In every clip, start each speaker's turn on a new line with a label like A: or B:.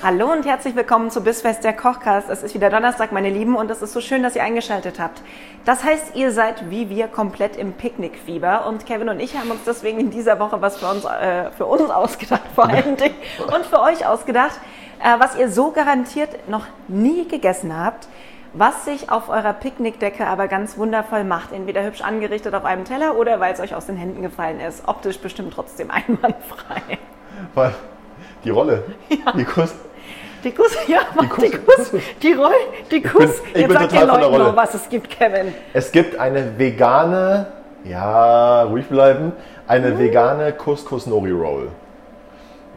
A: Hallo und herzlich willkommen zu Bissfest der Kochcast. Es ist wieder Donnerstag, meine Lieben, und es ist so schön, dass ihr eingeschaltet habt. Das heißt, ihr seid wie wir komplett im Picknickfieber und Kevin und ich haben uns deswegen in dieser Woche was für uns, äh, für uns ausgedacht, vor allen Dingen, und für euch ausgedacht, äh, was ihr so garantiert noch nie gegessen habt, was sich auf eurer Picknickdecke aber ganz wundervoll macht. Entweder hübsch angerichtet auf einem Teller oder weil es euch aus den Händen gefallen ist. Optisch bestimmt trotzdem einwandfrei.
B: Weil die Rolle, die Kuss.
A: Die Kuss, ja, mach die Kuss,
B: Kuss.
A: die Kuss, die Roll, die Kuss.
B: ich
A: Jetzt
B: bin
A: sag den
B: total von der
A: Leuten
B: Rolle.
A: noch, was es gibt, Kevin.
B: Es gibt eine vegane, ja, ruhig bleiben, eine vegane Couscous Nori Roll.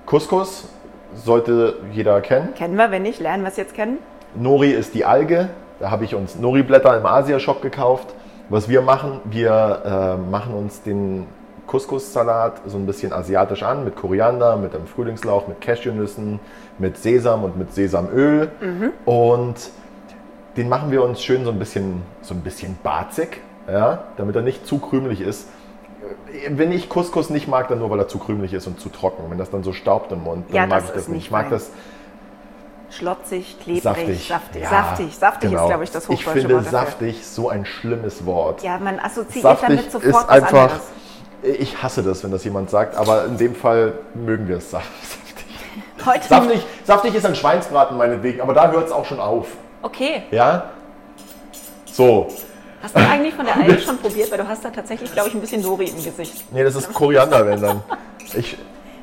B: Couscous sollte jeder kennen.
A: Kennen wir, wenn nicht, lernen wir es jetzt kennen.
B: Nori ist die Alge. Da habe ich uns Nori-Blätter im Asiashop gekauft. Was wir machen, wir äh, machen uns den Couscous-Salat so ein bisschen asiatisch an, mit Koriander, mit einem Frühlingslauch, mit Cashewnüssen, mit Sesam und mit Sesamöl.
A: Mhm.
B: Und den machen wir uns schön so ein bisschen, so ein bisschen barzig, ja, damit er nicht zu krümelig ist. Äh, Wenn ich Couscous nicht mag, dann nur, weil er zu krümelig ist und zu trocken. Wenn das dann so staubt im Mund, dann
A: Ja,
B: mag
A: das
B: ich
A: ist
B: das nicht.
A: nicht
B: Ich mag
A: fein.
B: das
A: Schlotzig, klebrig,
B: Saftig.
A: saftig.
B: Ja,
A: saftig, saftig
B: genau.
A: ist, glaube ich, das hochdeutsche
B: Ich finde
A: Wort dafür.
B: saftig so ein schlimmes Wort.
A: Ja, man assoziiert
B: saftig
A: damit sofort
B: ist einfach.
A: was
B: Ich hasse das, wenn das jemand sagt, aber in dem Fall mögen wir es saftig.
A: anderes. Heute
B: Saftig, saftig ist ein Schweinsbraten meinetwegen, aber da hört es auch schon auf.
A: Okay,
B: Ja? So.
A: hast du eigentlich von der Alge schon probiert, weil du hast da tatsächlich, glaube ich, ein bisschen Nori im Gesicht.
B: Nee, das ist Koriander, wenn dann. Ich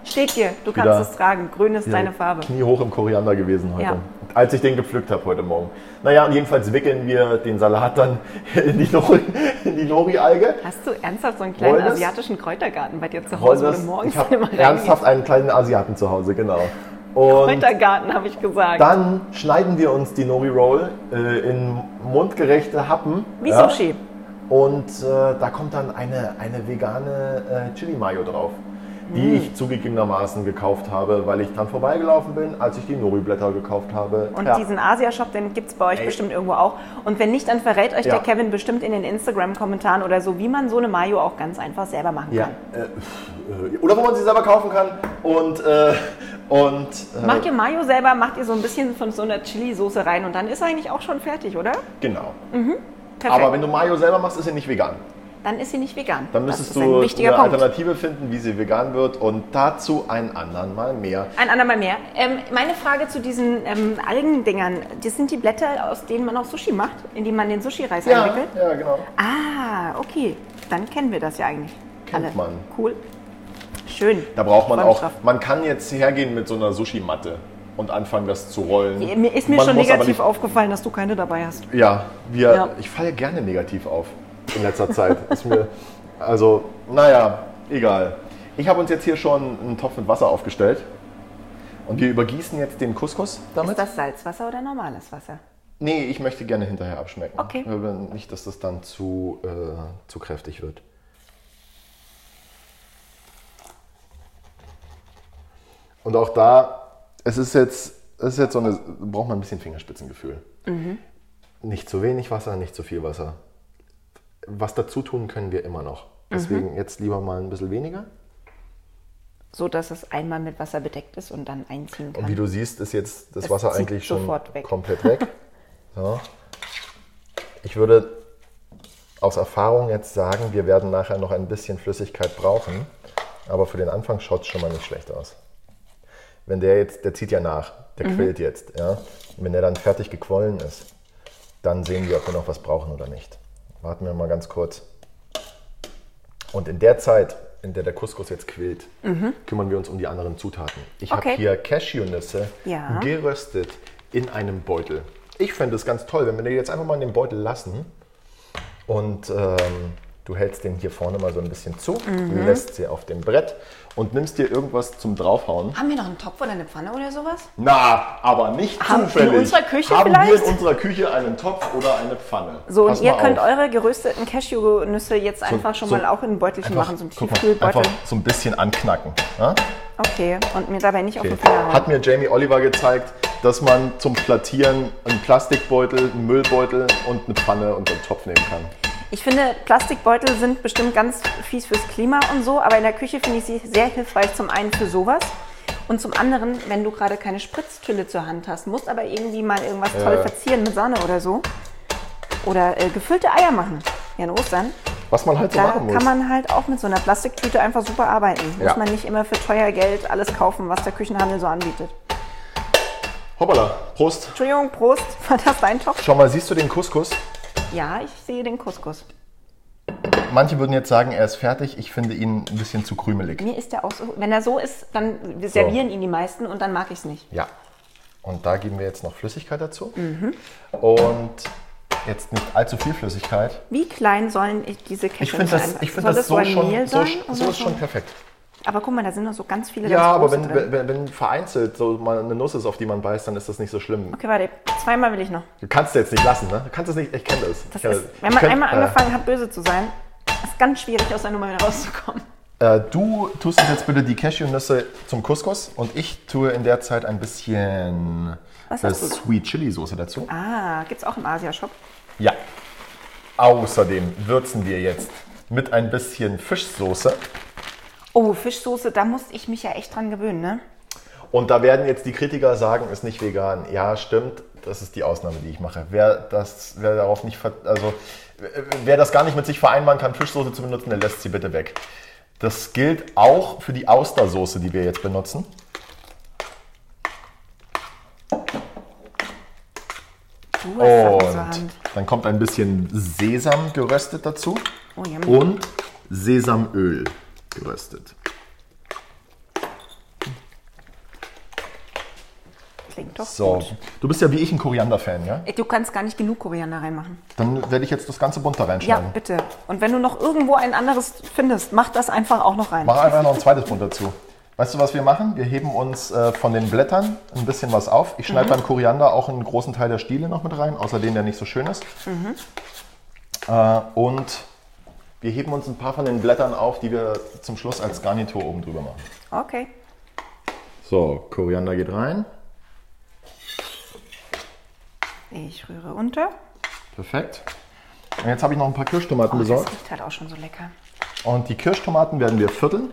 A: Steht dir, du
B: Wieder-
A: kannst es tragen. Grün ist deine Farbe.
B: Knie hoch im Koriander gewesen heute.
A: Ja.
B: Als ich den gepflückt habe heute Morgen. Naja, und jedenfalls wickeln wir den Salat dann in die Nori- in die Nori-Alge.
A: Hast du ernsthaft so einen kleinen
B: Wollen das-
A: asiatischen Kräutergarten bei dir zu Hause, wo
B: Holzers,
A: du morgens
B: ich habe
A: immer reingehst?
B: ernsthaft einen kleinen Asiaten zu Hause, genau. Und
A: Kräutergarten, habe ich gesagt.
B: dann schneiden wir uns die Nori Roll äh, in mundgerechte Happen.
A: Wie
B: ja?
A: Sushi.
B: Und äh, da kommt dann eine, eine vegane äh, Chili Mayo drauf, die
A: Mm.
B: ich zugegebenermaßen gekauft habe, weil ich dran vorbeigelaufen bin, als ich die Nori Blätter gekauft habe.
A: Und
B: Ja.
A: diesen Asia-Shop, den gibt es bei euch bestimmt irgendwo auch. Und wenn nicht, dann verrät euch der
B: Ja.
A: Kevin bestimmt in den Instagram-Kommentaren oder so, wie man so eine Mayo auch ganz einfach selber machen
B: ja,
A: kann.
B: äh, pff, äh, oder wo man sie selber kaufen kann. Und, äh, und äh,
A: Macht ihr Mayo selber, macht ihr so ein bisschen von so einer Chili-Soße rein und dann ist eigentlich auch schon fertig, oder?
B: genau.
A: Perfekt.
B: Aber wenn du Mayo selber machst, ist sie nicht vegan.
A: dann ist sie nicht vegan.
B: Dann
A: Das
B: müsstest
A: ist ein
B: du eine
A: wichtiger Punkt.
B: Alternative finden, wie sie vegan wird und dazu ein anderen Mal mehr.
A: Ein andermal mehr. Ähm, meine Frage zu diesen ähm, Algendingern, das sind die Blätter, aus denen man auch Sushi macht, in die man den Sushi-Reis einwickelt?
B: ja, genau.
A: Ah, okay. Dann kennen wir das ja eigentlich.
B: Kennt man.
A: Cool. Schön.
B: Da braucht man
A: Voll
B: auch,
A: drauf.
B: man kann jetzt hergehen mit so einer Sushi-Matte und anfangen, das zu rollen.
A: Mir ist mir
B: man
A: schon
B: muss aber
A: negativ
B: nicht-
A: aufgefallen, dass du keine dabei hast.
B: Ja, wir,
A: Ja.
B: ich falle gerne negativ auf in letzter Zeit. Ist mir, also, naja, egal. Ich habe uns jetzt hier schon einen Topf mit Wasser aufgestellt und wir übergießen jetzt den Couscous damit.
A: Ist das Salzwasser oder normales Wasser?
B: Nee, ich möchte gerne hinterher abschmecken.
A: Okay.
B: Ich will Nicht, dass das dann zu, äh, zu kräftig wird. Und auch da, es ist jetzt, es ist jetzt so eine, braucht man ein bisschen Fingerspitzengefühl. Nicht zu wenig Wasser, nicht zu viel Wasser. Was dazu tun können wir immer noch. Deswegen jetzt lieber mal ein bisschen weniger.
A: So, dass es einmal mit Wasser bedeckt ist und dann einziehen
B: Und
A: kann.
B: wie du siehst, ist jetzt das
A: Es
B: Wasser
A: zieht
B: eigentlich schon
A: sofort weg.
B: komplett weg. So. Ich würde aus Erfahrung jetzt sagen, wir werden nachher noch ein bisschen Flüssigkeit brauchen. Aber für den Anfang schaut es schon mal nicht schlecht aus. Wenn der jetzt, der zieht ja nach, der
A: Mhm.
B: quillt jetzt. Ja? Und Wenn der dann fertig gequollen ist, dann sehen wir, ob wir noch was brauchen oder nicht. Warten wir mal ganz kurz. Und in der Zeit, in der der Couscous jetzt quillt, kümmern wir uns um die anderen Zutaten. Ich
A: Mhm. Okay.
B: habe hier Cashewnüsse
A: Ja.
B: geröstet in einem Beutel. Ich fände es ganz toll, wenn wir die jetzt einfach mal in dem Beutel lassen und ähm, Du hältst den hier vorne mal so ein bisschen zu,
A: Mhm.
B: lässt sie auf dem Brett und nimmst dir irgendwas zum Draufhauen.
A: Haben wir noch einen Topf oder eine Pfanne oder sowas?
B: Na, aber nicht
A: Haben- in
B: zufällig.
A: unserer Küche
B: Haben wir
A: vielleicht?
B: in unserer Küche einen Topf oder eine Pfanne?
A: So, und
B: Pass
A: ihr
B: mal
A: könnt
B: auf.
A: eure gerösteten Cashewnüsse jetzt einfach schon
B: so-
A: mal auch in ein Beutelchen
B: Einfach-
A: machen, so ein
B: guck mal, einfach
A: Tiefkühlbeutel.
B: so ein bisschen anknacken. Ja?
A: Okay, und mir dabei nicht auf den Finger hauen.
B: Hat mir Jamie Oliver gezeigt, dass man zum Plattieren einen Plastikbeutel, einen Müllbeutel und eine Pfanne und einen Topf nehmen kann.
A: Ich finde, Plastikbeutel sind bestimmt ganz fies fürs Klima und so, aber in der Küche finde ich sie sehr hilfreich. Zum einen für sowas und zum anderen, wenn du gerade keine Spritztülle zur Hand hast, musst aber irgendwie mal irgendwas toll verzieren mit Sahne oder so. Oder äh, gefüllte Eier machen. Ja, in Ostern.
B: Was man halt so
A: Da
B: machen muss.
A: kann man halt auch mit so einer Plastiktüte einfach super arbeiten.
B: Ja.
A: Muss man nicht immer für teuer Geld alles kaufen, was der Küchenhandel so anbietet.
B: Hoppala, Prost.
A: Entschuldigung, Prost, war das dein Topf?
B: Schau mal, siehst du den Couscous?
A: Ja, ich sehe den Couscous.
B: Manche würden jetzt sagen, er ist fertig. Ich finde ihn ein bisschen zu krümelig.
A: Mir ist der auch so, wenn er so ist, dann servieren ihn die meisten und dann mag ich es nicht.
B: Ja. Und da geben wir jetzt noch Flüssigkeit dazu.
A: Mhm.
B: Und jetzt nicht allzu viel Flüssigkeit.
A: Wie klein sollen ich diese Ketchup
B: Ich finde das, ich find das, so
A: ein
B: schon,
A: Mehl
B: so,
A: sein
B: so,
A: oder
B: ist schon perfekt.
A: Aber guck mal, da sind noch so ganz viele
B: Ja,
A: ganz
B: aber
A: große
B: wenn,
A: drin.
B: wenn, wenn- wenn vereinzelt so mal eine Nuss ist, auf die man beißt, dann ist das nicht so schlimm.
A: Okay, warte, zweimal will ich noch.
B: Du kannst es jetzt nicht lassen, ne? Du kannst es nicht, ich kenne das.
A: Das
B: Ich kenn
A: ist,
B: das.
A: wenn
B: Ich
A: man
B: kenn-
A: einmal
B: äh,
A: angefangen hat, böse zu sein, ist ganz schwierig, aus der Nummer wieder rauszukommen.
B: Äh, du tust uns jetzt bitte die Cashewnüsse zum Couscous und ich tue in der Zeit ein bisschen
A: Was
B: äh,
A: hast du?
B: Sweet Chili Soße dazu.
A: Ah, gibt's auch im Asia-Shop.
B: Ja. Außerdem würzen wir jetzt mit ein bisschen Fischsoße.
A: Oh, Fischsoße, da muss ich mich ja echt dran gewöhnen, ne?
B: Und da werden jetzt die Kritiker sagen, ist nicht vegan. Ja, stimmt. Das ist die Ausnahme, die ich mache. Wer das, wer darauf nicht, ver also äh, wer das gar nicht mit sich vereinbaren kann, Fischsoße zu benutzen, der lässt sie bitte weg. Das gilt auch für die Austersoße, die wir jetzt benutzen.
A: Du hast Oh, das zur
B: Und
A: Hand.
B: dann kommt ein bisschen Sesam geröstet dazu
A: Oh, yum.
B: und Sesamöl geröstet.
A: Klingt doch
B: So,
A: gut.
B: du bist ja wie ich ein Koriander-Fan, ja?
A: Ey, Du kannst gar nicht genug Koriander reinmachen.
B: Dann werde ich jetzt das ganze bunte
A: Ja,
B: reinschneiden.
A: bitte. Und wenn du noch irgendwo ein anderes findest, mach das einfach auch noch rein.
B: Mach einfach noch ein zweites Bund dazu. Weißt du, was wir machen? Wir heben uns äh, von den Blättern ein bisschen was auf. Ich
A: Mhm.
B: schneide beim Koriander auch einen großen Teil der Stiele noch mit rein, außer den, der nicht so schön ist.
A: Mhm.
B: Äh, und wir heben uns ein paar von den Blättern auf, die wir zum Schluss als Garnitur oben drüber machen.
A: Okay.
B: So, Koriander geht rein.
A: Ich rühre unter.
B: Perfekt. Und jetzt habe ich noch ein paar Kirschtomaten
A: Das
B: besorgt.
A: riecht halt auch schon so lecker.
B: Und die Kirschtomaten werden wir vierteln.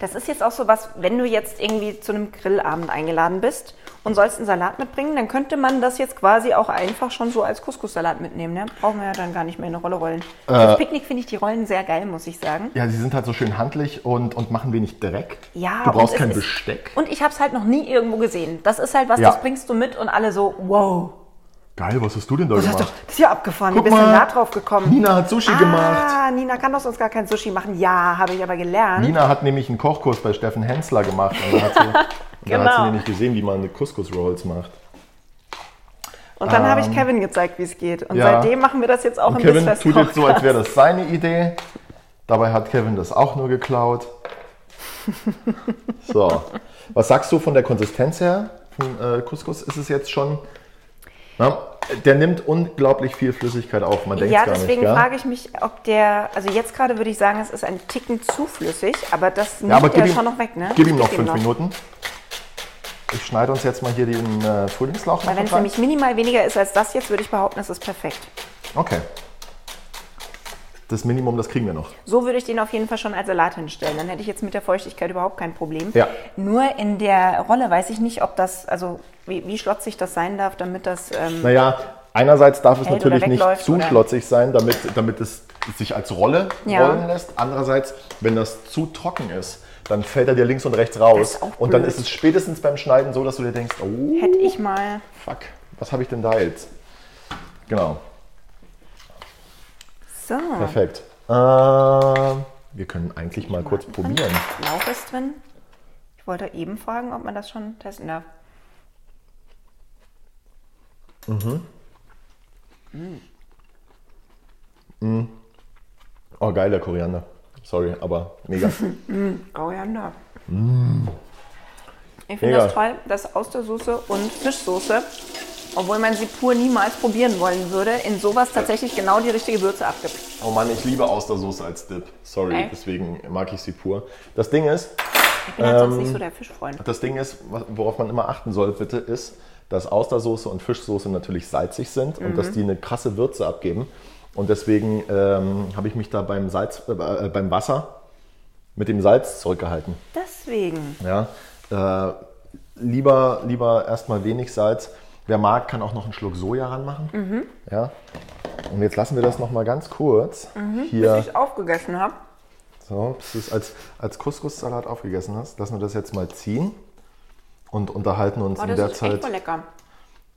A: Das ist jetzt auch so was, wenn du jetzt irgendwie zu einem Grillabend eingeladen bist und sollst einen Salat mitbringen, dann könnte man das jetzt quasi auch einfach schon so als Couscous-Salat mitnehmen. Ne? Brauchen wir ja dann gar nicht mehr in eine Rolle rollen.
B: Äh.
A: Fürs Picknick finde ich die Rollen sehr geil, muss ich sagen.
B: Ja, sie sind halt so schön handlich und, und machen wenig Dreck.
A: Ja,
B: du brauchst
A: und es
B: kein
A: ist-
B: Besteck.
A: Und ich habe es halt noch nie irgendwo gesehen. Das ist halt was,
B: Ja.
A: das bringst du mit und alle so, wow.
B: Geil, was hast du denn da
A: Das ist,
B: gemacht?
A: doch, das ist ja abgefahren.
B: Guck
A: Wie bist du
B: mal,
A: denn da drauf gekommen?
B: Nina hat Sushi gemacht.
A: Ah, Nina kann doch sonst gar kein Sushi machen. Ja, habe ich aber gelernt.
B: Nina hat nämlich einen Kochkurs bei Steffen Hensler gemacht. Und da hat sie, und da hat sie
A: genau.
B: nämlich gesehen, wie man eine Couscous-Rolls macht.
A: Und dann habe ich Kevin gezeigt, wie es geht. Und
B: ähm, ja.
A: seitdem machen wir das jetzt auch
B: Und
A: im
B: Kevin
A: Bissfest
B: tut jetzt so, als
A: Kochcast.
B: wäre das seine Idee. Dabei hat Kevin das auch nur geklaut. So, was sagst du von der Konsistenz her? Von äh, Couscous ist es jetzt schon. Na, der nimmt unglaublich viel Flüssigkeit auf. Man denkt
A: Ja,
B: gar
A: deswegen
B: nicht. gell?
A: frage ich mich, ob der, also jetzt gerade würde ich sagen, es ist ein Ticken zu flüssig, aber das nimmt
B: Ja, aber
A: er
B: gib ihm,
A: schon noch weg, ne?
B: gib ihm noch fünf Minuten. Ich schneide uns jetzt mal hier den äh, Frühlingslauch
A: Weil wenn es
B: rein.
A: nämlich minimal weniger ist als das jetzt, würde ich behaupten, es ist perfekt.
B: Okay. Das Minimum, das kriegen wir noch.
A: So würde ich den auf jeden Fall schon als Salat hinstellen. Dann hätte ich jetzt mit der Feuchtigkeit überhaupt kein Problem.
B: Ja.
A: Nur in der Rolle weiß ich nicht, ob das, also wie, wie schlotzig das sein darf, damit das, ähm,
B: Naja, einerseits darf es
A: Hält
B: natürlich
A: oder
B: nicht
A: wegläuft,
B: zu
A: oder?
B: schlotzig sein, damit, damit es sich als Rolle
A: Ja.
B: rollen lässt. Andererseits, wenn das zu trocken ist, dann fällt er dir links und rechts raus.
A: ist auch
B: Und dann
A: blöd.
B: ist es spätestens beim Schneiden so, dass du dir denkst, oh,
A: hätte ich mal.
B: fuck, was habe ich denn da jetzt? Genau,
A: So,
B: perfekt. Ähm, wir können eigentlich mal kurz probieren.
A: Lauch ist drin. Ich wollte eben fragen, ob man das schon testen darf.
B: Oh, geil, der Koriander. Sorry, aber mega.
A: Koriander. Mm. Ich finde
B: Mega.
A: das toll, dass Austersoße und Fischsoße, obwohl man sie pur niemals probieren wollen würde, in sowas tatsächlich genau die richtige Würze abgibt.
B: oh Mann, ich liebe Austersoße als Dip. Sorry,
A: Echt?
B: deswegen mag ich sie pur. Das Ding ist,
A: Ich bin halt sonst nicht
B: Ähm,
A: so der Fischfreund.
B: das Ding ist, wa- worauf man immer achten soll, bitte, ist, dass Austersoße und Fischsoße natürlich salzig sind und dass die eine krasse Würze abgeben. Und deswegen ähm, habe ich mich da beim, Salz, äh, äh, beim Wasser mit dem Salz zurückgehalten.
A: Deswegen.
B: Ja, äh, lieber, lieber erstmal wenig Salz. Wer mag, kann auch noch einen Schluck Soja ranmachen.
A: Mhm.
B: Ja. Und jetzt lassen wir das nochmal ganz kurz hier.
A: Mhm. Bis ich aufgegessen habe,
B: So, bis du es als, als Couscous-Salat aufgegessen hast. Lassen wir das jetzt mal ziehen und unterhalten uns
A: war
B: in
A: Oh, das
B: der
A: ist echt
B: Zeit
A: voll lecker.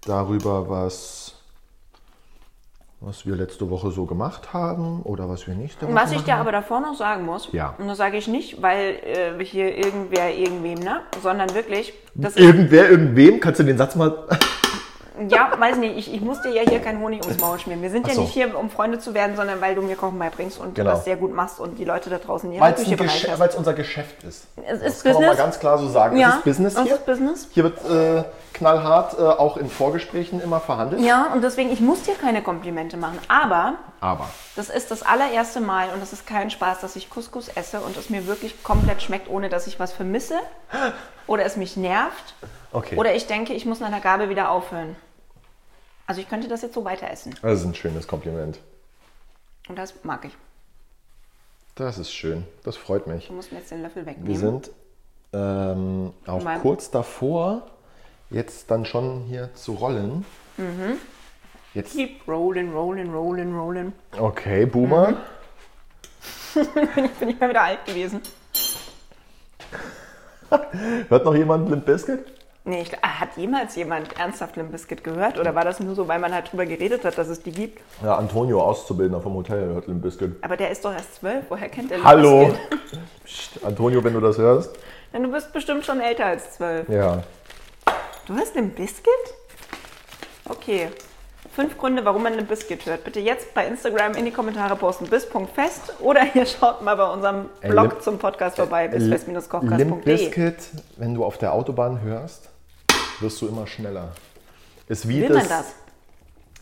B: darüber, was, was wir letzte Woche so gemacht haben oder was wir nicht
A: Und
B: gemacht
A: Was ich dir aber davor noch sagen muss,
B: Ja.
A: und das sage ich nicht, weil äh, hier irgendwer irgendwem, ne? Sondern wirklich, das ist,
B: Irgendwer, irgendwem, kannst du den Satz mal.
A: ja, weiß nicht, ich, ich muss dir ja hier keinen Honig ums Maul schmieren. Wir sind
B: Ach
A: ja
B: so.
A: nicht hier, um Freunde zu werden, sondern weil du mir Kochen beibringst und
B: Genau.
A: das sehr gut machst und die Leute da draußen ihre
B: Weil es
A: Küche
B: ein Geschä-
A: bereicherst.
B: weil's unser Geschäft ist.
A: Es
B: halt das
A: ist
B: kann man mal
A: Business.
B: ganz klar so sagen.
A: Ja,
B: es ist Business
A: es
B: hier.
A: ist Business.
B: Hier wird äh, knallhart äh, auch in Vorgesprächen immer verhandelt.
A: Ja, und deswegen, ich muss dir keine Komplimente machen, aber
B: Aber
A: Das ist das allererste Mal und das ist kein Spaß, dass ich Couscous esse und es mir wirklich komplett schmeckt, ohne dass ich was vermisse oder es mich nervt
B: okay.
A: oder ich denke, ich muss nach einer Gabel wieder aufhören. Also ich könnte das jetzt so weiter essen
B: das ist ein schönes Kompliment.
A: und das mag ich.
B: Das ist schön. Das freut mich.
A: Du musst mir jetzt den Löffel
B: Wir
A: wegnehmen.
B: sind ähm, auch
A: Mein-
B: kurz davor, jetzt dann schon hier zu rollen.
A: Mhm.
B: Jetzt,
A: Keep rolling, rolling, rolling, rolling.
B: okay, Boomer.
A: Mhm. Bin ich mal wieder alt gewesen.
B: Hört noch jemand Limp Bizkit?
A: Nee, ich, glaub, hat jemals jemand ernsthaft Limp Bizkit gehört oder war das nur so, weil man halt drüber geredet hat, dass es die gibt?
B: Ja, Antonio, Auszubildender vom Hotel, hört Limp Bizkit.
A: Aber der ist doch erst zwölf, woher kennt er Limp
B: Hallo!
A: Bizkit?
B: Psst, Antonio, wenn du das hörst.
A: Denn du bist bestimmt schon älter als zwölf.
B: Ja.
A: Du hörst Limp Biscuit? Okay. Fünf Gründe, warum man Limp Biscuit hört. Bitte jetzt bei Instagram in die Kommentare posten. Bis.fest oder ihr schaut mal bei unserem
B: Ey,
A: Blog
B: Limp-
A: zum Podcast vorbei.
B: Äh, Limp
A: Bisfest-kochkast.de.
B: Bizkit, wenn du auf der Autobahn hörst, wirst du immer schneller. Ist wie
A: Will man das?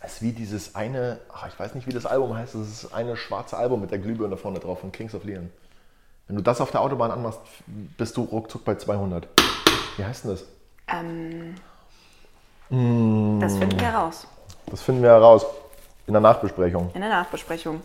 B: ist wie dieses eine, ach, ich weiß nicht, wie das Album heißt, das ist eine schwarze Album mit der Glühbirne vorne drauf von Kings of Leon. Wenn du das auf der Autobahn anmachst, bist du ruckzuck bei 200. Wie heißt denn das?
A: Ähm, Das finden wir raus
B: Das finden wir heraus in der Nachbesprechung.
A: in der Nachbesprechung.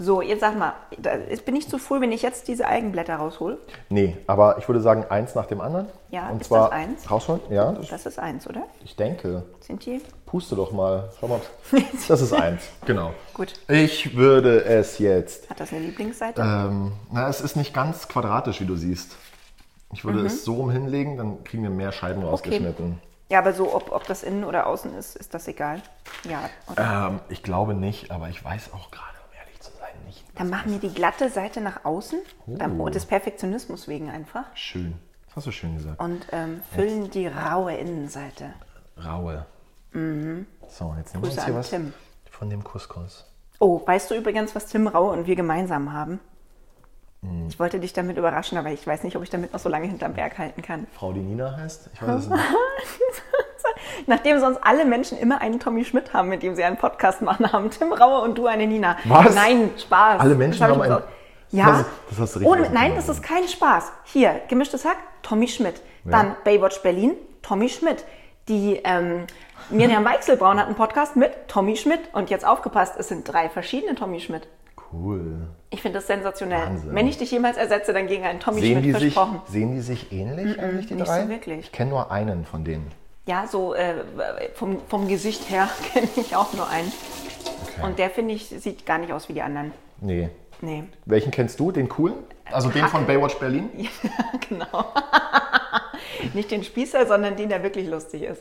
A: So, jetzt sag mal, da- ich bin nicht zu früh, wenn ich jetzt diese Algenblätter raushol.
B: Nee, aber ich würde sagen, eins nach dem anderen.
A: Ja,
B: Und
A: ist
B: zwar
A: das eins?
B: Rausholen? Ja, das,
A: Das ist eins, oder?
B: ich denke.
A: Sind die?
B: Puste doch mal. Schau mal. ob's- Das ist eins. Genau.
A: Gut.
B: Ich würde es jetzt
A: Hat das eine Lieblingsseite?
B: Ähm, na, es ist nicht ganz quadratisch, wie du siehst. Ich
A: Mhm.
B: würde es so rum hinlegen, dann kriegen wir mehr Scheiben rausgeschnitten.
A: Ja, aber so, ob, ob das innen oder außen ist, ist das egal. Ja, oder?
B: Ähm, ich glaube nicht, aber ich weiß auch gerade, um ehrlich zu sein, nicht.
A: Dann machen wir die glatte Seite nach außen ähm, und des Perfektionismus wegen einfach
B: Schön. Das hast du schön gesagt.
A: und ähm, füllen die raue Innenseite.
B: Raue. So, jetzt
A: Oh. Mhm.
B: nehmen wir
A: Grüße
B: uns hier
A: an
B: was
A: Tim.
B: von dem Couscous.
A: Oh, weißt du übrigens, was Tim Raue und wir gemeinsam haben? Ich wollte dich damit überraschen, aber ich weiß nicht, ob ich damit noch so lange hinterm Berg halten kann.
B: Frau, die Nina heißt? Ich weiß es nicht.
A: Nachdem sonst alle Menschen immer einen Tommy Schmidt haben, mit dem sie einen Podcast machen, haben Tim Raue und du eine Nina.
B: Was?
A: Nein, Spaß.
B: Alle Menschen
A: Das hab ich
B: haben
A: mir
B: einen-
A: so-
B: Das
A: Ja.
B: hast- das hast du richtig
A: Ohne, nein, das
B: ausgedrückt.
A: ist kein Spaß. Hier, gemischtes Hack, Tommy Schmidt.
B: Ja.
A: Dann Baywatch Berlin, Tommy Schmidt. Die ähm, Miriam Weichselbraun hat einen Podcast mit Tommy Schmidt. Und jetzt aufgepasst, es sind drei verschiedene Tommy Schmidt.
B: Cool.
A: Ich finde das sensationell.
B: Wahnsinn.
A: Wenn ich dich jemals ersetze, dann gegen einen Tommy
B: Sehen die,
A: Schmidt
B: sich,
A: versprochen.
B: sehen die sich ähnlich eigentlich, die
A: nicht
B: drei?
A: so wirklich.
B: Ich kenne nur einen von denen.
A: Ja, so äh, vom, vom Gesicht her kenne ich auch nur einen.
B: Okay.
A: Und der, finde ich, sieht gar nicht aus wie die anderen.
B: Nee.
A: Nee.
B: Welchen kennst du? Den coolen? Also den von Baywatch Berlin?
A: genau. nicht den Spießer, sondern den, der wirklich lustig ist.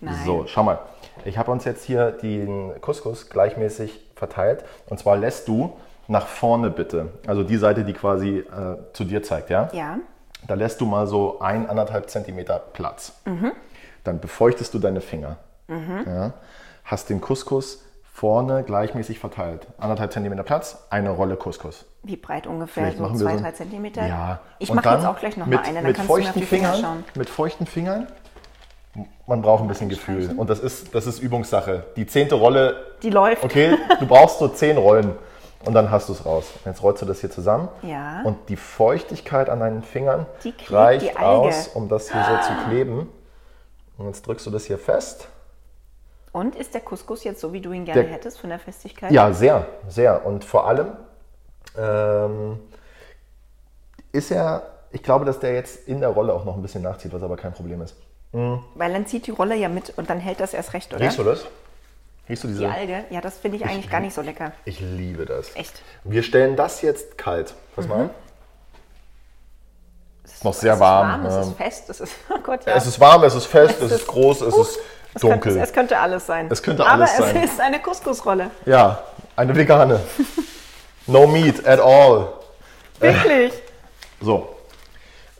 A: Nein.
B: So, schau mal. Ich habe uns jetzt hier den Couscous gleichmäßig verteilt. Und zwar lässt du nach vorne bitte, also die Seite, die quasi äh, zu dir zeigt, ja?
A: Ja. Mhm.
B: Da lässt du mal so ein, anderthalb Zentimeter Platz. Dann befeuchtest du deine Finger. Ja, hast den Couscous vorne gleichmäßig verteilt. Anderthalb Zentimeter Platz, eine Rolle Couscous.
A: Wie breit ungefähr?
B: Vielleicht
A: So
B: machen wir
A: zwei,
B: so ein-
A: drei Zentimeter?
B: Ja.
A: Ich
B: Und
A: mache
B: dann
A: jetzt auch gleich nochmal
B: mit,
A: eine, dann
B: mit
A: kannst du mir auf
B: feuchten
A: die Finger,
B: Fingern,
A: schauen.
B: Mit feuchten Fingern. Man braucht ein bisschen Gefühl. Und das ist, das ist Übungssache. Die zehnte Rolle,
A: Die läuft.
B: okay, du brauchst so zehn Rollen. Und dann hast du es raus. Jetzt rollst du das hier zusammen.
A: Ja.
B: Und die Feuchtigkeit an deinen Fingern
A: Die klebt,
B: reicht
A: die Alge. Ah.
B: aus, um das hier so zu kleben. Und jetzt drückst du das hier fest.
A: Und ist der Couscous jetzt so, wie du ihn gerne
B: Der-
A: hättest, von der Festigkeit?
B: Ja, sehr, sehr. Und vor allem ähm, ist er, ich glaube, dass der jetzt in der Rolle auch noch ein bisschen nachzieht, was aber kein Problem ist.
A: Weil dann zieht die Rolle ja mit und dann hält das erst recht, oder?
B: Riechst du das? Riechst du diese?
A: Die Alge, ja, das finde ich eigentlich gar nicht so lecker.
B: Ich liebe das.
A: Echt.
B: Wir stellen das jetzt kalt. Pass
A: Mhm.
B: mal an.
A: Es
B: Noch
A: ist-
B: sehr
A: es ist
B: warm,
A: warm. Es
B: ähm,
A: ist fest, es ist, oh Gott, ja.
B: Es ist warm, es ist fest, es,
A: Es
B: ist,
A: ist-
B: groß, es
A: Uh,
B: ist
A: Es
B: dunkel.
A: Könnte, es könnte alles sein.
B: Es könnte alles
A: Aber
B: sein.
A: es ist eine Couscous-Rolle.
B: ja, eine vegane. no meat at all.
A: Wirklich.
B: So.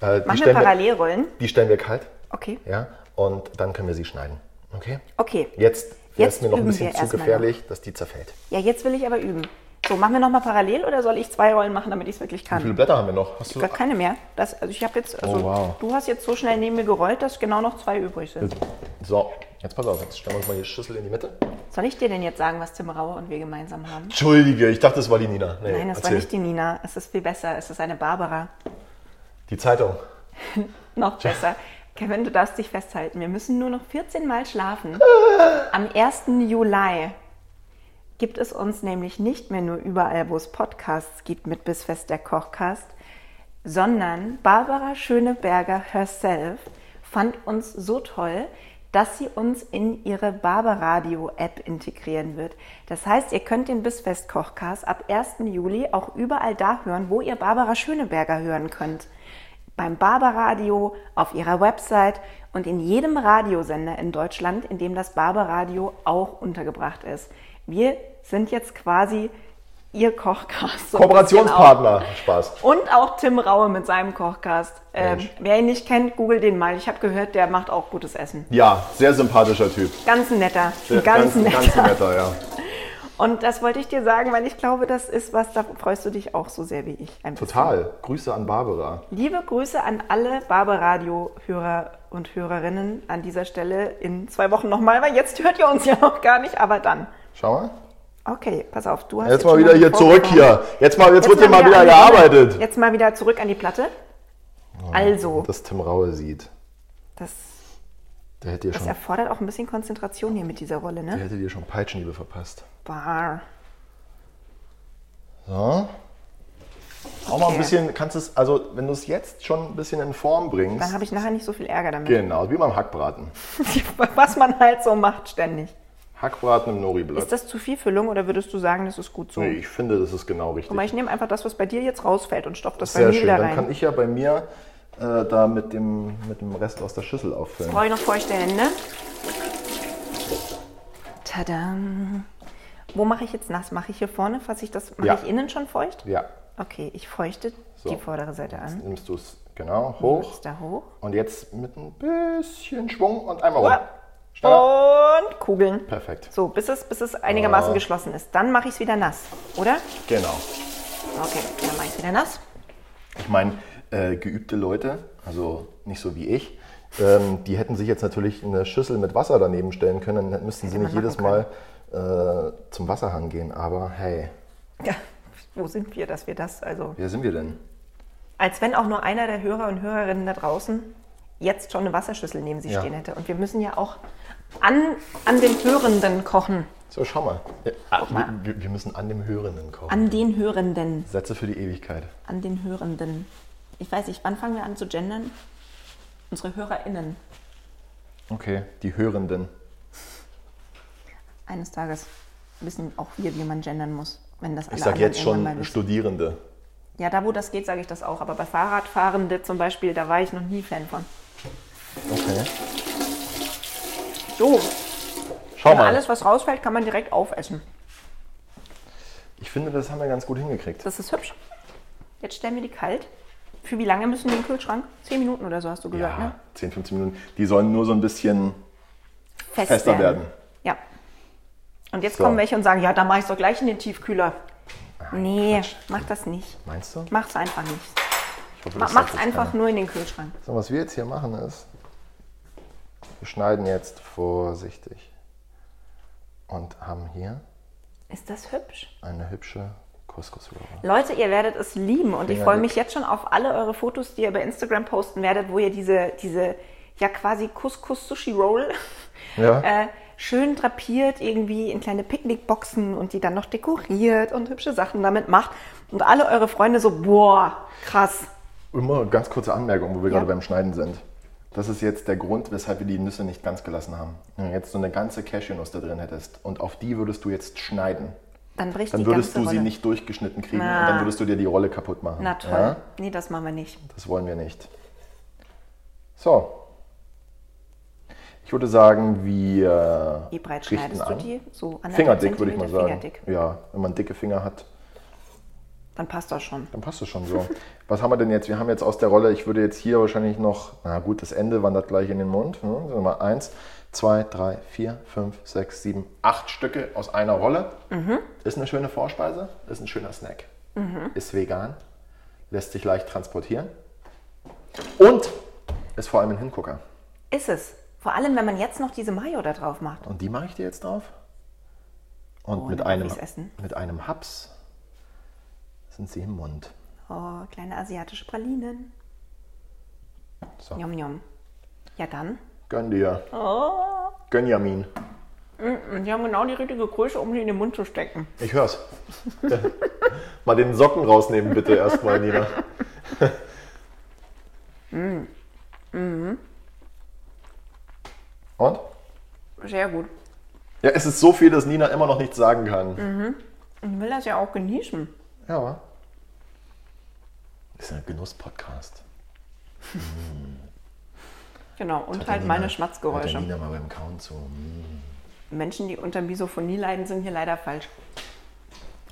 B: Äh, die,
A: Machen wir
B: stellen wir,
A: Parallelrollen.
B: die stellen wir kalt.
A: Okay.
B: Ja, und dann können wir sie schneiden. Okay?
A: Okay.
B: Jetzt wäre es
A: Jetzt
B: mir noch ein
A: üben
B: bisschen
A: wir
B: zu
A: erstmal
B: gefährlich, dass die zerfällt.
A: Ja, jetzt will ich aber üben. So, machen wir nochmal parallel oder soll ich zwei Rollen machen, damit ich es wirklich
B: Wie viele
A: kann?
B: Blätter haben wir noch? Hast du?
A: Gar keine mehr. Das, also ich habe jetzt, also
B: Oh, wow.
A: du hast jetzt so schnell neben mir gerollt, dass genau noch zwei übrig sind.
B: So, jetzt pass auf, jetzt stellen wir uns mal die Schüssel in die Mitte.
A: Soll ich dir denn jetzt sagen, was Tim Raue und wir gemeinsam haben?
B: Entschuldige, ich dachte, es war die Nina. Nee,
A: Nein, das war
B: Äh, erzähl.
A: nicht die Nina. Es ist viel besser. Es ist eine Barbara.
B: Die Zeitung.
A: Genau. Noch besser. Kevin, du darfst dich festhalten. Wir müssen nur noch 14 Mal schlafen. Am 1. Juli gibt es uns nämlich nicht mehr nur überall, wo es Podcasts gibt mit Bissfest der Kochcast, sondern Barbara Schöneberger herself fand uns so toll, dass sie uns in ihre Barbaradio-App integrieren wird. Das heißt, ihr könnt den Bissfest Kochcast ab 1. Juli auch überall da hören, wo ihr Barbara Schöneberger hören könnt. Beim Barbaradio, auf ihrer Website und in jedem Radiosender in Deutschland, in dem das Barbaradio auch untergebracht ist. Wir sind jetzt quasi ihr Kochcast. so ein bisschen
B: Kooperationspartner. Spaß.
A: und auch Tim Raue mit seinem Kochcast. Ähm,
B: Mensch.
A: wer ihn nicht kennt, googelt den mal. Ich habe gehört, der macht auch gutes Essen.
B: Ja, sehr sympathischer Typ.
A: Ganz ein netter.
B: Sehr-
A: Ein ganz, netter.
B: Ganz netter, ja.
A: Und das wollte ich dir sagen, weil ich glaube, das ist was, da freust du dich auch so sehr wie ich. Ein bisschen.
B: Total. Grüße an Barbara.
A: Liebe Grüße an alle Barbaradio-Hörer und Hörerinnen an dieser Stelle in zwei Wochen nochmal, weil jetzt hört ihr uns ja noch gar nicht, aber dann.
B: Schau mal.
A: Okay, pass auf, du hast
B: Jetzt mal
A: schon
B: wieder hier zurück
A: vorgekommen.
B: hier. Jetzt mal, jetzt, wird hier
A: mal
B: mal wieder
A: an die Rolle.
B: gearbeitet. Oh,
A: Jetzt mal wieder zurück an die Platte. Also,
B: Dass Tim Raue sieht.
A: das
B: Der hätte dir
A: Das
B: schon,
A: erfordert auch ein bisschen Konzentration hier mit dieser Rolle, ne?
B: der hätte dir schon Peitschenhiebe verpasst.
A: Bar.
B: So. Auch mal ein
A: Okay.
B: bisschen, kannst es, also wenn du es jetzt schon ein bisschen in Form bringst.
A: Dann habe ich nachher nicht so viel Ärger damit.
B: Genau, wie beim Hackbraten.
A: Was man halt so macht ständig.
B: Hackbraten im Nori-Blatt.
A: Ist das zu viel Füllung oder würdest du sagen, das ist gut so?
B: Nee, ich finde, das ist genau richtig.
A: Guck mal, ich nehme einfach das, was bei dir jetzt rausfällt und stopfe das bei
B: Sehr
A: mir
B: schön.
A: wieder
B: Dann
A: rein.
B: kann ich ja bei mir äh, da mit dem, mit dem Rest aus der Schüssel auffüllen.
A: Brauche ich noch ne? feuchte Hände? Tada! Wo mache ich jetzt nass? Mache ich hier vorne? Fasse ich das? Mache
B: Ja.
A: ich innen schon feucht?
B: Ja.
A: Okay, ich feuchte
B: So.
A: die vordere Seite
B: Jetzt
A: an.
B: nimmst du es genau hoch.
A: Da hoch.
B: Und jetzt mit ein bisschen Schwung und einmal rum.
A: Uah.
B: Schneller.
A: Und Kugeln.
B: Perfekt. Ah.
A: So, bis es, bis es einigermaßen geschlossen ist. Dann mache ich es wieder nass, oder?
B: Genau.
A: Okay, dann mache ich es wieder nass.
B: Ich meine, äh, geübte Leute, also nicht so wie ich, ähm, die hätten sich jetzt natürlich eine Schüssel mit Wasser daneben stellen können, dann müssten sie
A: Hätte
B: nicht
A: man
B: jedes Mal
A: machen
B: äh, zum Wasserhang gehen. Aber hey,
A: Ja, wo sind wir, dass wir das, also...
B: wer sind wir denn?
A: Als wenn auch nur einer der Hörer und Hörerinnen da draußen jetzt schon eine Wasserschüssel neben sich
B: Ja.
A: stehen hätte. Und wir müssen ja auch an, an den Hörenden kochen.
B: So, schau mal. Ja, ah,
A: mal.
B: Wir, wir müssen an dem Hörenden kommen.
A: An den Hörenden.
B: Sätze für die Ewigkeit.
A: An den Hörenden. Ich weiß nicht, wann fangen wir an zu gendern? Unsere HörerInnen.
B: Okay, die Hörenden.
A: Eines Tages wissen auch wir, wie man gendern muss. Wenn das alle
B: Ich sag
A: anderen
B: jetzt
A: irgendwann mal
B: schon
A: wissen.
B: Studierende.
A: Ja, da wo das geht, sage ich das auch. Aber bei Fahrradfahrende zum Beispiel, da war ich noch nie Fan von.
B: Okay.
A: So,
B: Schau
A: und
B: mal.
A: alles, was rausfällt, kann man direkt aufessen.
B: Ich finde, das haben wir ganz gut hingekriegt.
A: Das ist hübsch. Jetzt stellen wir die kalt. Für wie lange müssen die in den Kühlschrank? Zehn Minuten oder so hast du gesagt,
B: Ja,
A: ne?
B: 10, 15 Minuten. Die sollen nur so ein bisschen
A: fest
B: Fester werden.
A: Ja. Und jetzt
B: So.
A: kommen welche und sagen, ja, dann mache ich es doch gleich in den Tiefkühler. nee, mach das nicht.
B: Meinst du?
A: Mach's einfach nicht.
B: Ich hoffe,
A: Ma
B: das sagt
A: mach's
B: jetzt
A: einfach
B: keiner.
A: nur in den Kühlschrank.
B: So, was wir jetzt hier machen ist, wir schneiden jetzt vorsichtig und haben hier
A: Ist das hübsch?
B: eine hübsche Couscous-Rolle.
A: Leute, ihr werdet es lieben und ich
B: Finger
A: freue
B: weg.
A: mich jetzt schon auf alle eure Fotos, die ihr bei Instagram posten werdet, wo ihr diese, diese ja quasi Couscous-Sushi-Roll
B: Ja.
A: äh, schön drapiert irgendwie in kleine Picknickboxen und die dann noch dekoriert und hübsche Sachen damit macht und alle eure Freunde so, boah, krass.
B: Immer ganz kurze Anmerkung, wo wir
A: Ja.
B: gerade beim Schneiden sind. Das ist jetzt der Grund, weshalb wir die Nüsse nicht ganz gelassen haben. Wenn du jetzt so eine ganze Cashewnuss da drin hättest und auf die würdest du jetzt schneiden,
A: Dann bricht
B: dann
A: die
B: würdest
A: ganze
B: du
A: Rolle.
B: sie nicht durchgeschnitten kriegen und
A: Na.
B: dann würdest du dir die Rolle kaputt machen.
A: Na toll.
B: Ja?
A: Nee, das machen wir nicht.
B: Das wollen wir nicht. So. Ich würde sagen, wir
A: Wie breit
B: richten
A: schneidest du
B: an.
A: die? So anderthalb
B: Fingerdick, würde ich mal
A: Zentimeter
B: sagen.
A: Fingerdick.
B: Ja, wenn man dicke Finger hat,
A: Dann passt das schon.
B: dann passt es schon so. Was haben wir denn jetzt? Wir haben jetzt aus der Rolle, ich würde jetzt hier wahrscheinlich noch, na gut, das Ende wandert gleich in den Mund. Hm, sagen wir mal eins, zwei, drei, vier, fünf, sechs, sieben, acht Stücke aus einer Rolle.
A: Mhm.
B: Ist eine schöne Vorspeise, ist ein schöner Snack, ist vegan, lässt sich leicht transportieren und ist vor allem ein Hingucker.
A: Ist es. Vor allem, wenn man jetzt noch diese Mayo da drauf macht.
B: Und die mache ich dir jetzt drauf. Und
A: Oh,
B: mit,
A: dann darf
B: einem,
A: ich's essen.
B: mit einem Haps sind sie im Mund.
A: Oh, kleine asiatische Pralinen.
B: So.
A: Yum, yum. Ja, dann.
B: Gönn dir.
A: Oh.
B: Gönjamin.
A: Und die haben genau die richtige Größe, um sie in den Mund zu stecken.
B: Ich hör's. mal den Socken rausnehmen, bitte erstmal, Nina.
A: Mm.
B: Und?
A: Sehr gut.
B: Ja, es ist so viel, dass Nina immer noch nichts sagen kann.
A: Mm. Ich will das ja auch genießen.
B: Ja, aber. Das ist ein Genuss-Podcast.
A: Genau. Und
B: Hat
A: halt meine
B: der Nina- hat der
A: Schmatzgeräusche.
B: Nina mal beim Kauen zu. Mm.
A: Menschen, die unter Misophonie leiden, sind hier leider falsch.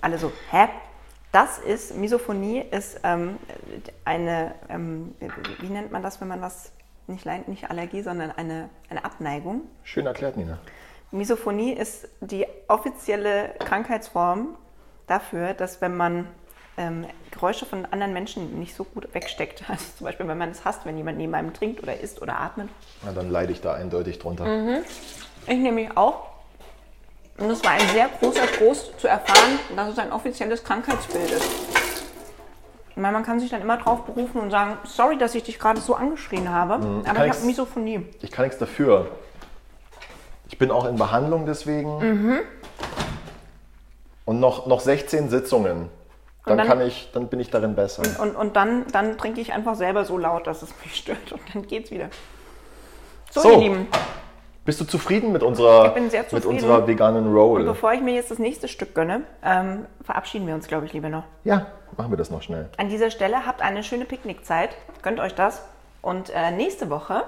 A: Alle so, hä? Das ist, Misophonie ist ähm, eine, ähm, wie nennt man das, wenn man was, nicht, leid- nicht Allergie, sondern eine, eine Abneigung.
B: Schön erklärt, Nina.
A: Misophonie ist die offizielle Krankheitsform dafür, dass wenn man ähm, Geräusche von anderen Menschen nicht so gut wegsteckt, also zum Beispiel wenn man es hasst, wenn jemand neben einem trinkt oder isst oder atmet.
B: Na, dann leide ich da eindeutig drunter.
A: Mhm. Ich nehme mich auch. Und es war ein sehr großer Trost zu erfahren, dass es ein offizielles Krankheitsbild ist. Ich meine, man kann sich dann immer drauf berufen und sagen, sorry, dass ich dich gerade so angeschrien habe, aber
B: kann
A: ich
B: ich's-
A: habe Misophonie.
B: Ich kann nichts dafür. Ich bin auch in Behandlung deswegen.
A: Mhm.
B: Und noch, noch 16 Sitzungen. Dann,
A: dann- Mhm.
B: kann ich, dann bin ich darin besser.
A: Und, und dann, dann trinke ich einfach selber so laut, dass es mich stört und dann geht's wieder. So,
B: So. Also.
A: ihr Lieben,
B: Bist du zufrieden mit unserer,
A: Ich bin sehr
B: mit
A: zufrieden.
B: unserer veganen Roll?
A: bevor ich mir jetzt das nächste Stück gönne, ähm, verabschieden wir uns, glaube ich, lieber noch.
B: Ja, machen wir das noch schnell.
A: An dieser Stelle habt eine schöne Picknickzeit, gönnt euch das. Und äh, nächste Woche,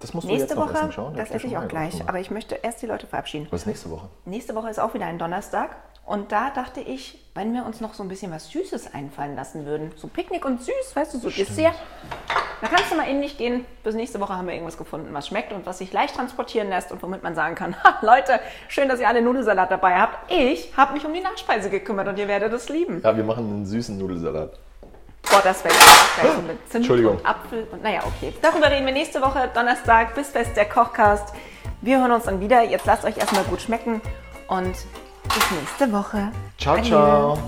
B: Das musst du
A: nächste
B: jetzt noch
A: Woche,
B: essen. Schau, da
A: das
B: steht
A: esse ich
B: schon
A: auch
B: ein.
A: gleich,
B: Guck mal.
A: aber ich möchte erst die Leute verabschieden.
B: Was ist nächste Woche?
A: Nächste Woche ist auch wieder ein Donnerstag und da dachte ich, wenn wir uns noch so ein bisschen was Süßes einfallen lassen würden, so Picknick und süß, weißt du, so Dessert, da kannst du mal in dich gehen. Bis nächste Woche haben wir irgendwas gefunden, was schmeckt und was sich leicht transportieren lässt und womit man sagen kann, ha, Leute, schön, dass ihr alle Nudelsalat dabei habt. Ich habe mich um die Nachspeise gekümmert und ihr werdet es lieben.
B: Ja, wir machen einen süßen Nudelsalat.
A: Boah, das wäre jetzt mit Zimt
B: Entschuldigung.
A: und Apfel und naja, okay. Darüber reden wir nächste Woche, Donnerstag, bis fest der Kochcast. Wir hören uns dann wieder. Jetzt lasst euch erstmal gut schmecken und bis nächste Woche.
B: Ciao,
A: Adieu.
B: ciao.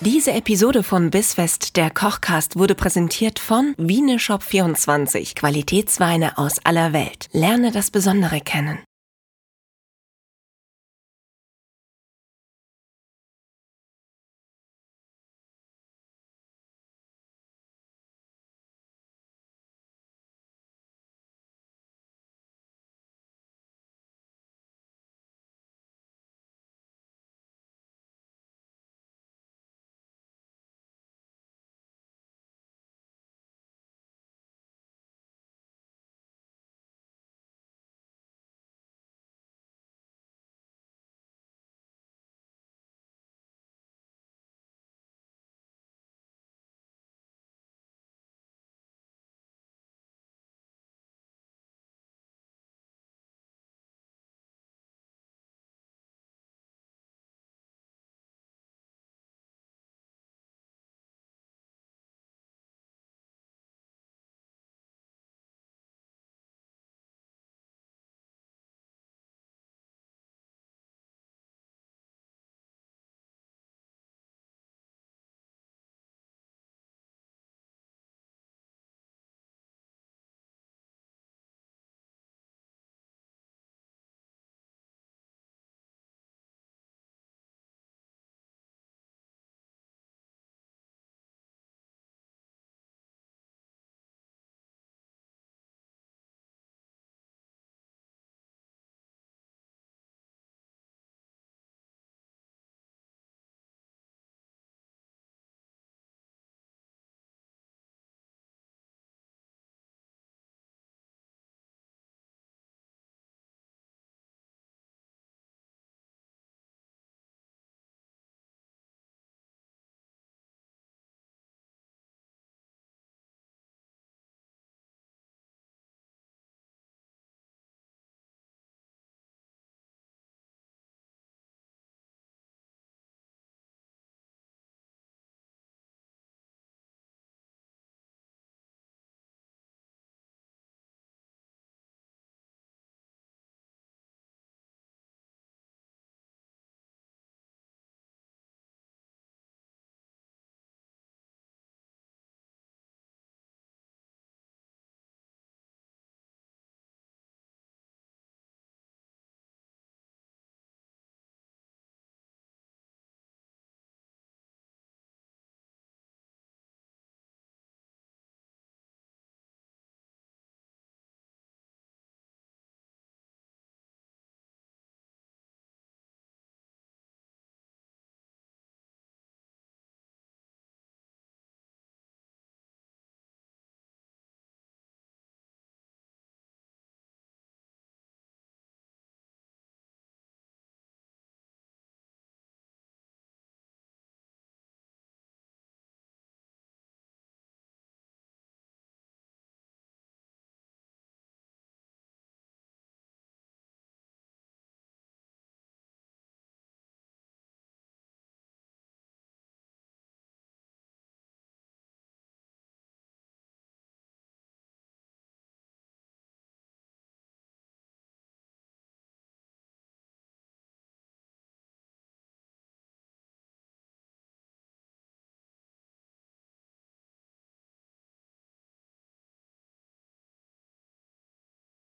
A: Diese Episode von Bissfest, der Kochcast, wurde präsentiert von Wieneshop24, Qualitätsweine aus aller Welt. Lerne das Besondere kennen.